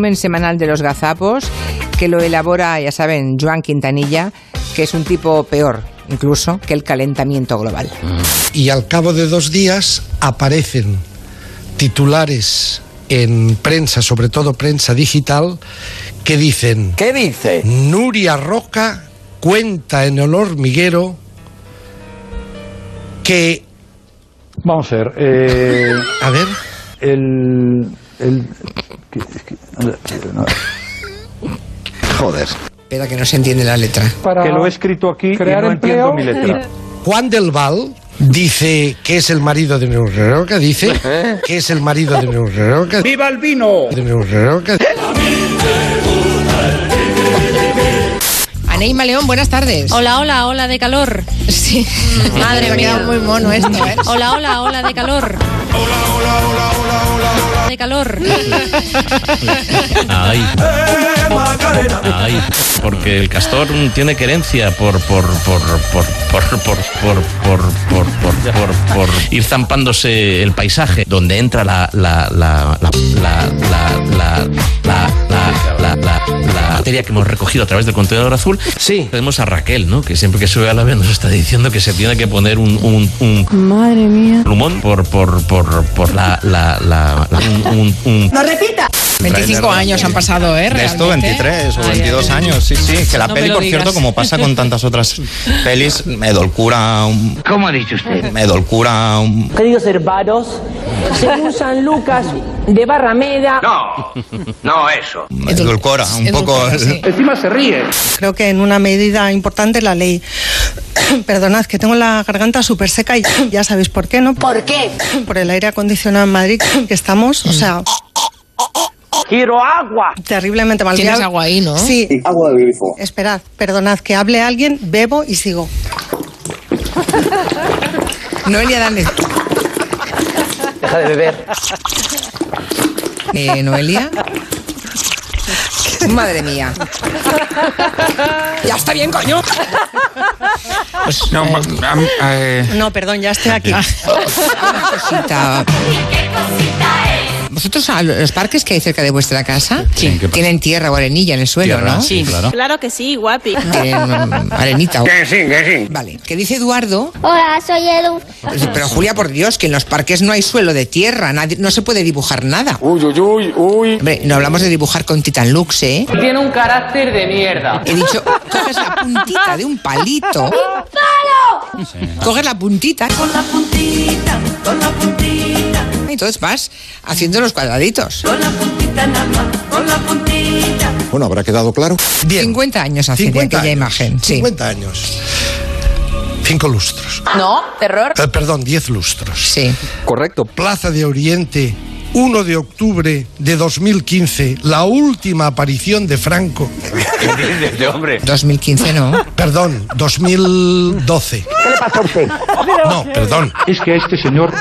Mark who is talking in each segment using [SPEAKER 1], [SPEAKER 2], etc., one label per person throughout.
[SPEAKER 1] resumen semanal de los gazapos que lo elabora, ya saben, Joan Quintanilla, que es un tipo peor incluso que el calentamiento global.
[SPEAKER 2] Y al cabo de dos días aparecen titulares en prensa, sobre todo prensa digital, que dicen,
[SPEAKER 3] ¿Qué dice?
[SPEAKER 2] Nuria Roca cuenta en el hormiguero que,
[SPEAKER 4] Vamos a ver. eh,
[SPEAKER 2] a ver,
[SPEAKER 4] el. el que- que- no,
[SPEAKER 1] Espera que no se entiende la letra.
[SPEAKER 5] para
[SPEAKER 4] que lo he escrito aquí
[SPEAKER 5] crear
[SPEAKER 4] y no entiendo
[SPEAKER 5] empleo
[SPEAKER 4] mi letra.
[SPEAKER 2] Juan del Val dice que es el marido de Nuria Roca, dice que es el marido de Nuria Roca. ¡Viva el vino! De Nuria Roca.
[SPEAKER 1] Aneima León, buenas tardes.
[SPEAKER 6] Hola, hola, hola de calor. Sí. Oh, Madre mía.
[SPEAKER 1] muy mono esto, ¿eh?
[SPEAKER 6] Hola, hola, hola de calor. Hola, hola, hola, hola, hola. De calor.
[SPEAKER 7] Ay. Ay. Porque el castor tiene querencia por por por por por por por por por por por por ir zampándose el paisaje donde entra la la la la la la la la la la la la materia que hemos recogido a través del contenedor azul. Sí. Tenemos a Raquel, ¿no? Que siempre que sube a la vez nos está diciendo que se tiene que poner un un un
[SPEAKER 6] Madre mía.
[SPEAKER 7] plumón por por por por la la la, la- un, un, un
[SPEAKER 1] 25 años han pasado, ¿eh?
[SPEAKER 8] De esto,
[SPEAKER 1] Realmente.
[SPEAKER 8] 23 o
[SPEAKER 6] Ay,
[SPEAKER 8] 22
[SPEAKER 6] ay, ay.
[SPEAKER 8] años, sí, sí. Que la
[SPEAKER 6] No me
[SPEAKER 8] peli,
[SPEAKER 6] lo
[SPEAKER 8] por
[SPEAKER 6] digas.
[SPEAKER 8] cierto, como pasa con tantas otras pelis, me edulcura un... ¿Cómo ha dicho usted? Me edulcura un...
[SPEAKER 9] Queridos hermanos, según San Lucas de Barrameda,
[SPEAKER 8] Me edulcora un poco... ¿eh?
[SPEAKER 1] Edulcora, sí.
[SPEAKER 10] Creo que en una medida importante la ley. Perdonad, que tengo la garganta súper seca y ya sabéis por qué, ¿no? ¿Por qué? Por el aire acondicionado en Madrid que estamos, o sea.
[SPEAKER 9] quiero agua.
[SPEAKER 10] Terriblemente mal.
[SPEAKER 1] Tienes agua ahí, ¿no?
[SPEAKER 10] Sí. Agua del grifo. Esperad, perdonad, que hable alguien, bebo y sigo.
[SPEAKER 1] Noelia Dale.
[SPEAKER 3] Deja de beber.
[SPEAKER 1] Eh, Noelia. Madre mía. Ya está bien, coño.
[SPEAKER 5] Pues No, ma- am- eh,
[SPEAKER 10] No, perdón, ya estoy aquí.
[SPEAKER 1] Una cosita. ¿Vosotros a los parques que hay cerca de vuestra casa tienen tierra o arenilla en el suelo, no?
[SPEAKER 7] sí, claro.
[SPEAKER 6] Claro que sí, guapi.
[SPEAKER 1] Tienen mm, arenita. Que sí, que sí. Vale, que dice Eduardo.
[SPEAKER 11] Hola, Ah, soy Edu.
[SPEAKER 1] Pero Julia, por Dios, que en los parques no hay suelo de tierra, nadie- no se puede dibujar nada.
[SPEAKER 5] uy, uy, uy, uy.
[SPEAKER 1] Hombre, no hablamos de dibujar con Titan Lux, ¿eh?
[SPEAKER 9] Tiene un carácter de mierda.
[SPEAKER 1] He dicho, coges la puntita de un palito. ¡Un palo! Coges la puntita. Con la puntita, con la puntita. Entonces vas haciendo los cuadraditos.
[SPEAKER 8] Bueno, habrá quedado claro.
[SPEAKER 2] Bien.
[SPEAKER 1] 50 años hace de
[SPEAKER 2] 50
[SPEAKER 1] aquella
[SPEAKER 2] años.
[SPEAKER 1] imagen. Sí.
[SPEAKER 2] 50 años. Cinco lustros.
[SPEAKER 9] Ah, No, terror.
[SPEAKER 2] Eh, perdón, 10 lustros.
[SPEAKER 1] Sí.
[SPEAKER 3] Correcto.
[SPEAKER 2] Plaza de Oriente, 1 de octubre de 2015, la última aparición de Franco.
[SPEAKER 3] hombre?
[SPEAKER 1] 2015 no.
[SPEAKER 2] Perdón, 2012.
[SPEAKER 9] ¿Qué le pasa a usted?
[SPEAKER 2] No, perdón.
[SPEAKER 4] Es que a este señor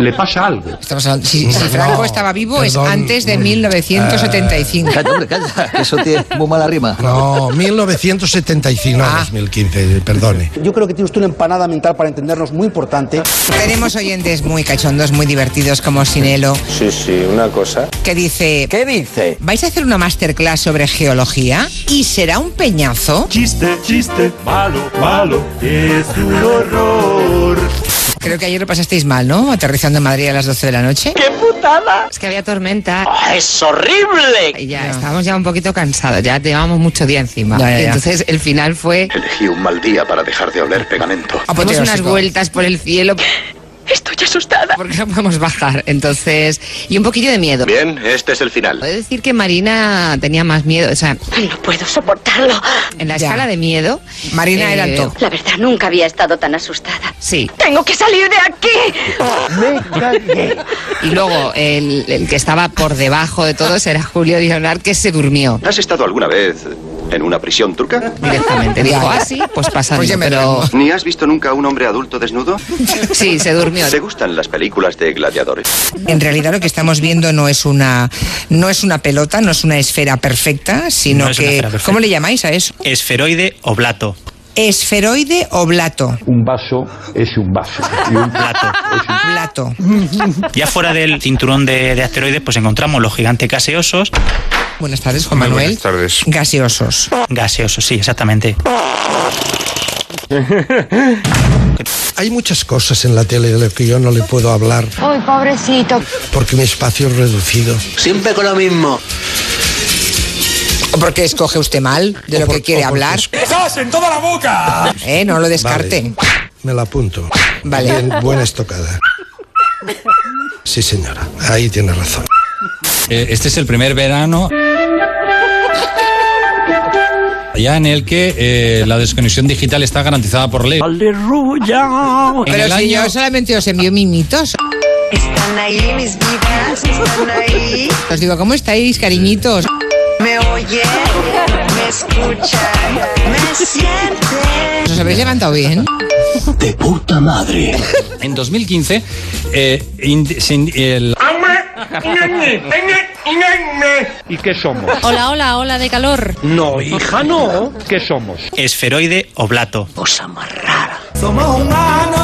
[SPEAKER 4] le pasa algo.
[SPEAKER 1] Estamos hablando- si, si
[SPEAKER 2] No,
[SPEAKER 1] Franco estaba vivo es
[SPEAKER 2] perdón.
[SPEAKER 1] antes de 1975.
[SPEAKER 3] Calla, hombre, calla, que eso tiene muy mala rima.
[SPEAKER 2] No, 1975, no,
[SPEAKER 1] Ah.
[SPEAKER 2] 2015, perdone.
[SPEAKER 5] Yo creo que tiene usted una empanada mental para entendernos muy importante.
[SPEAKER 1] Tenemos oyentes muy cachondos, muy divertidos como Sinelo,
[SPEAKER 5] Sí, sí, una cosa.
[SPEAKER 1] que dice...
[SPEAKER 3] ¿Qué dice?
[SPEAKER 1] ¿Vais a hacer una masterclass sobre geología? ¿Y será un peñazo?
[SPEAKER 5] Chiste, chiste, malo, malo, es un horror.
[SPEAKER 1] Creo que ayer lo pasasteis mal, ¿no? Aterrizando en Madrid a las 12 de la noche.
[SPEAKER 9] ¡Qué putada! ¡Ah,
[SPEAKER 6] Es que había tormenta
[SPEAKER 9] ¡Es horrible!
[SPEAKER 6] y ya estábamos ya un poquito cansados, ya llevábamos mucho día encima.
[SPEAKER 1] Ya, ya, ya.
[SPEAKER 6] Entonces el final fue
[SPEAKER 8] Elegí un mal día para dejar de oler pegamento.
[SPEAKER 6] damos unas
[SPEAKER 1] Apoteósico.
[SPEAKER 6] vueltas por el cielo
[SPEAKER 9] Estoy asustada.
[SPEAKER 6] porque no podemos bajar. Entonces, y un poquillo de miedo.
[SPEAKER 8] Bien, este es el final.
[SPEAKER 6] Puedo decir que Marina tenía más miedo, o sea,
[SPEAKER 11] No puedo soportarlo.
[SPEAKER 6] en la
[SPEAKER 1] Ya.
[SPEAKER 6] escala de miedo.
[SPEAKER 1] Marina
[SPEAKER 6] eh,
[SPEAKER 1] era el top.
[SPEAKER 11] La verdad, nunca había estado tan asustada.
[SPEAKER 6] Sí,
[SPEAKER 11] ¡Tengo que salir de aquí!
[SPEAKER 6] Y luego el, el que estaba por debajo de todos era Julio Leonard, que se durmió
[SPEAKER 8] ¿Has estado alguna vez en una prisión turca?
[SPEAKER 6] directamente. Dijo, ah, sí, pues pasando.
[SPEAKER 1] Pues ya me
[SPEAKER 6] pero
[SPEAKER 8] ¿Ni has visto nunca a un hombre adulto desnudo?
[SPEAKER 6] sí, se durmió.
[SPEAKER 8] gustan las películas de gladiadores?
[SPEAKER 1] En realidad lo que estamos viendo no es una no es una pelota, no es una esfera perfecta, sino
[SPEAKER 7] No es
[SPEAKER 1] que
[SPEAKER 7] una esfera perfecta.
[SPEAKER 1] ¿cómo le llamáis a eso?
[SPEAKER 7] Esferoide oblato.
[SPEAKER 1] ¿Esferoide o blato?
[SPEAKER 4] Un vaso es un vaso. Y un plato es un
[SPEAKER 1] Blato.
[SPEAKER 8] Ya fuera del cinturón de, de asteroides, pues encontramos los gigantes gaseosos.
[SPEAKER 1] Buenas tardes, Juan Manuel. Buenas tardes. Gaseosos.
[SPEAKER 8] Gaseosos, sí, exactamente.
[SPEAKER 2] Hay muchas cosas en la tele de las que yo no le puedo hablar
[SPEAKER 9] Ay, pobrecito.
[SPEAKER 2] porque mi espacio es reducido.
[SPEAKER 1] Siempre con lo mismo. ¿O porque escoge usted mal de lo que quiere hablar?
[SPEAKER 12] ¡Estás en toda la boca!
[SPEAKER 1] Eh, no lo descarte.
[SPEAKER 2] Me la apunto.
[SPEAKER 1] Vale.
[SPEAKER 2] Bien, buena estocada. Sí, señora, ahí tiene razón.
[SPEAKER 7] Este es el primer verano ya en el que eh, la desconexión digital está garantizada por ley. En
[SPEAKER 1] Pero
[SPEAKER 7] el
[SPEAKER 1] si
[SPEAKER 7] año-
[SPEAKER 1] yo solamente os envío mimitos.
[SPEAKER 9] Están ahí mis vidas, están ahí.
[SPEAKER 1] Os digo, ¿cómo estáis, cariñitos?
[SPEAKER 9] Me oyen, me escuchan, me sienten.
[SPEAKER 1] ¿Os habéis levantado bien?
[SPEAKER 7] De puta madre. En 2015, eh, ind- sin- el-
[SPEAKER 4] ¿Y qué somos?
[SPEAKER 10] Hola, hola, hola de calor.
[SPEAKER 4] No, hija, no. ¿Qué somos?
[SPEAKER 8] Esferoide o blato.
[SPEAKER 12] Somos humanos.